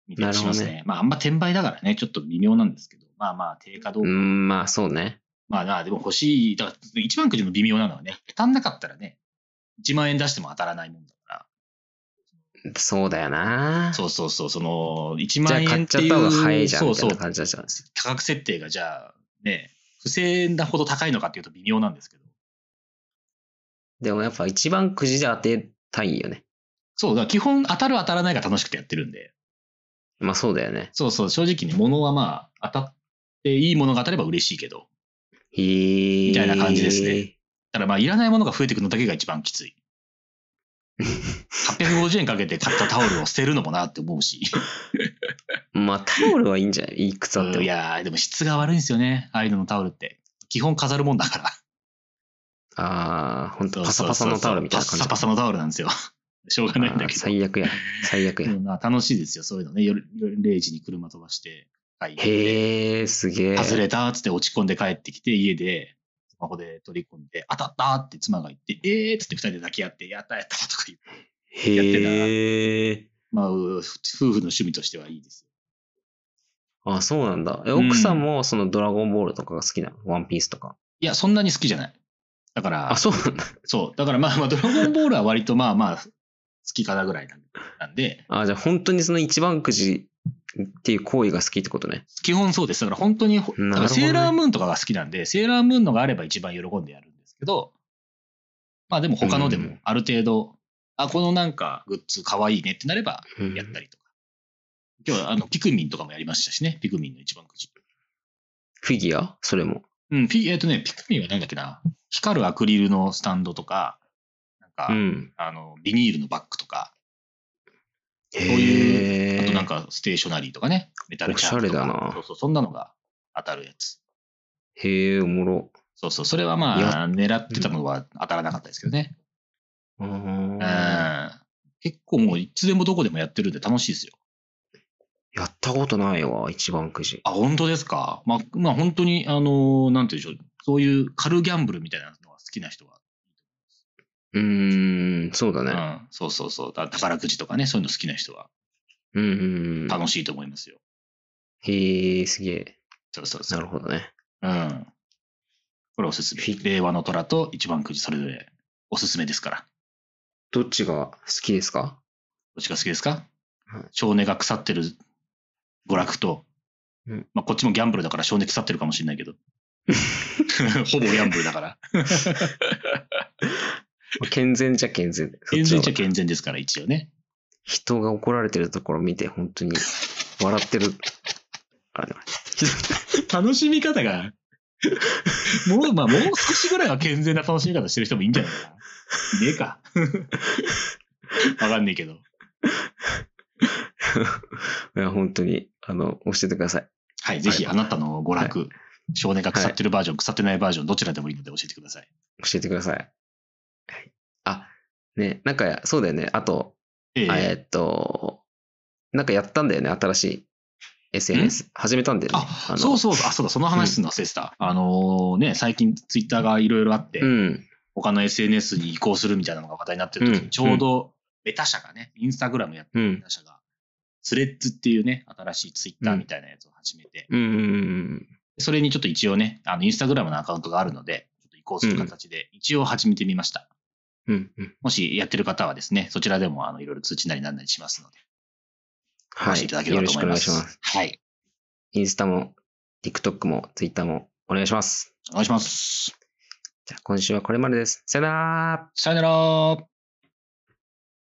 Speaker 2: う。みたいにします
Speaker 1: なる
Speaker 2: ね。まあ、あんま転売だからね、ちょっと微妙なんですけど、まあまあ、定価どう
Speaker 1: う
Speaker 2: か。
Speaker 1: ん、まあそうね。
Speaker 2: まあまあ、でも欲しい。だから、一番くじも微妙なのはね、当たんなかったらね、1万円出しても当たらないもんだから。
Speaker 1: そうだよな。
Speaker 2: そうそうそう、その、1
Speaker 1: じゃあ
Speaker 2: 万
Speaker 1: 買
Speaker 2: 円
Speaker 1: っ
Speaker 2: っ
Speaker 1: ち
Speaker 2: て
Speaker 1: ゃっ
Speaker 2: いう。
Speaker 1: た方が早いじゃん
Speaker 2: そ
Speaker 1: みた
Speaker 2: うそ
Speaker 1: いうな。感じだじゃん。
Speaker 2: 価格設定がじゃあ、ね、不正なほど高いのかっていうと微妙なんですけど。
Speaker 1: でもやっぱ一番くじで当てたいよね。
Speaker 2: そう、だから基本当たる当たらないが楽しくてやってるんで。
Speaker 1: まあそうだよね。
Speaker 2: そうそう、正直ね、物はまあ、当たっていいものが当たれば嬉しいけど。
Speaker 1: へー
Speaker 2: みたいな感じですね。ただまあ、いらないものが増えていくのだけが一番き
Speaker 1: (laughs)
Speaker 2: つい。850円かけて買ったタオルを捨てるのもなって思うし。
Speaker 1: まあタオルはいいんじゃないいくつあって
Speaker 2: うん
Speaker 1: も。
Speaker 2: いやー、でも質が悪いんですよね。ああいうののタオルって。基本飾るもんだから。
Speaker 1: ああ、本当パサパサのタオルみたいな感じ。
Speaker 2: パサパサのタオルなんですよ。 (laughs) しょうがないんだ
Speaker 1: あ
Speaker 2: け
Speaker 1: ー
Speaker 2: ど。
Speaker 1: 最悪や。最悪や
Speaker 2: う。んまあ楽しいですよ、そういうのね。夜夜0時に車飛ばして、はい
Speaker 1: へえ、すげえ。
Speaker 2: 外れたっつって落ち込んで帰ってきて、家で、スマホで取り込んで、当たったって妻が言って、えーっつって二人で抱き合って、やったやったとか言って、やってたら
Speaker 1: へえ。
Speaker 2: まあ、う夫婦の趣味としてはいいですよ。
Speaker 1: あ、そうなんだ。え、
Speaker 2: うん
Speaker 1: 奥さんもそのドラゴンボールとかが好きなのワンピースとか。
Speaker 2: いや、そんなに好きじゃない。だから、
Speaker 1: あ、そうなんだ。
Speaker 2: そう。だからまあまあ、ドラゴンボールは割とまあまあ、好きかなぐらいなんなんで、
Speaker 1: あ、じゃあ本当にその一番くじっていう行為が好きってことね。
Speaker 2: 基本そうです。だから本当に、だか
Speaker 1: どね
Speaker 2: らセーラームーンとかが好きなんで、セーラームーンのがあれば一番喜んでやるんですけど、まあでも他ので
Speaker 1: う
Speaker 2: も
Speaker 1: ん
Speaker 2: ある程度、あ、このなんかグッズかわいいねってなれば
Speaker 1: うん
Speaker 2: やったりとか。今日はあの、ピクミンとかもやりましたしね、ピクミンの一番くじ。
Speaker 1: フィギュアそれも。
Speaker 2: うん、ピ、えっとね、ピクミンはなんだっけな、光るアクリルのスタンドとか、なんか、
Speaker 1: うん。
Speaker 2: あの、ビニールのバッグとか、
Speaker 1: へ
Speaker 2: そういう、
Speaker 1: ー
Speaker 2: あとなんかステーショナリーとかね、メタルチャークとか。
Speaker 1: おしゃれだな
Speaker 2: そうそう、そんなのが当たるやつ。
Speaker 1: へえ、おもろ。
Speaker 2: そうそう、それはまあ、狙ってたのは当たらなかったですけどね。
Speaker 1: あ
Speaker 2: う
Speaker 1: ー
Speaker 2: ん。結構もう、いつでもどこでもやってるんで楽しいですよ。
Speaker 1: やったことないわ、一番くじ。
Speaker 2: あ、本当ですか。まあ、まあ、本当に、あのーなんて言うんでしょう。そういう軽ギャンブルみたいなのが好きな人は。
Speaker 1: うーん、そうだ
Speaker 2: う
Speaker 1: ね。
Speaker 2: ん。そうそうそう。だ宝くじとかね、そういうの好きな人は
Speaker 1: うんうんうん。
Speaker 2: 楽しいと思いますよ。
Speaker 1: へえ、すげえ。
Speaker 2: そうそうそ
Speaker 1: な
Speaker 2: う。
Speaker 1: るほどね。
Speaker 2: うん。これおすすめ。令和の虎と一番くじ、それぞれおすすめですから。
Speaker 1: どっちが好きですか
Speaker 2: どっちが好きですか、
Speaker 1: はい
Speaker 2: 少年が腐ってる娯楽と、
Speaker 1: うん
Speaker 2: まあ、こっちもギャンブルだから少年腐ってるかもし
Speaker 1: (laughs)
Speaker 2: れないけど。ほぼギャンブルだから。
Speaker 1: 健全じゃ健全。
Speaker 2: (laughs) 健全っち
Speaker 1: そっちの方
Speaker 2: ゃ
Speaker 1: が
Speaker 2: 健全ですから、一応ね。
Speaker 1: 人が怒られてるところ見て、本当に笑ってる。あれ
Speaker 2: 楽しみ
Speaker 1: (laughs)
Speaker 2: 方が、もう、まあ、もう少しぐらいは健全な楽しみ方してる人もいいんじゃないかな。
Speaker 1: (laughs)
Speaker 2: ねえか。わかんねえけど。
Speaker 1: いや、本当に、あの、教えてください。
Speaker 2: はい、ぜひ、
Speaker 1: は
Speaker 2: あ
Speaker 1: い
Speaker 2: なたの娯楽、少年が腐ってるバージョン、腐ってないバージョン、どちらでもいいので教えてください。
Speaker 1: 教えてください。はいあ、ね、なんか、そうだよね。あと、
Speaker 2: ええ
Speaker 1: えーっと、なんかやったんだよね、新しい SNS。始めたんだよね。
Speaker 2: あ
Speaker 1: の
Speaker 2: そうそうそう、あ、そうだ、その話すんの忘れてた。あのーね、最近ツイッターがいろいろあって、
Speaker 1: うん。
Speaker 2: 他の SNS に移行するみたいなのが話題になってる時に、
Speaker 1: うん
Speaker 2: ちょうど、メタ社がね、インスタグラムやって
Speaker 1: う
Speaker 2: るメ
Speaker 1: ん。
Speaker 2: タ社が、スレッズっていうね、新しいツイッターみたいなやつを始めて、
Speaker 1: うんうんうん
Speaker 2: それにちょっと一応ね、あの、インスタグラムのアカウントがあるので、ちょっと移行する形で、一応始めてみました。
Speaker 1: うん。うんうん。
Speaker 2: もしやってる方はですね、そちらでも、あの、いろいろ通知なりなんなりしますので、
Speaker 1: は
Speaker 2: して
Speaker 1: い。
Speaker 2: いただけれ
Speaker 1: よろ
Speaker 2: ばと
Speaker 1: し
Speaker 2: 思
Speaker 1: く
Speaker 2: い
Speaker 1: お願
Speaker 2: ま
Speaker 1: い
Speaker 2: す。
Speaker 1: します。
Speaker 2: はい。
Speaker 1: インスタも、TikTok も、Twitter も、お願いします。
Speaker 2: お願いします。
Speaker 1: じゃあ、今週はこれまでです。さよなら
Speaker 2: さよなら。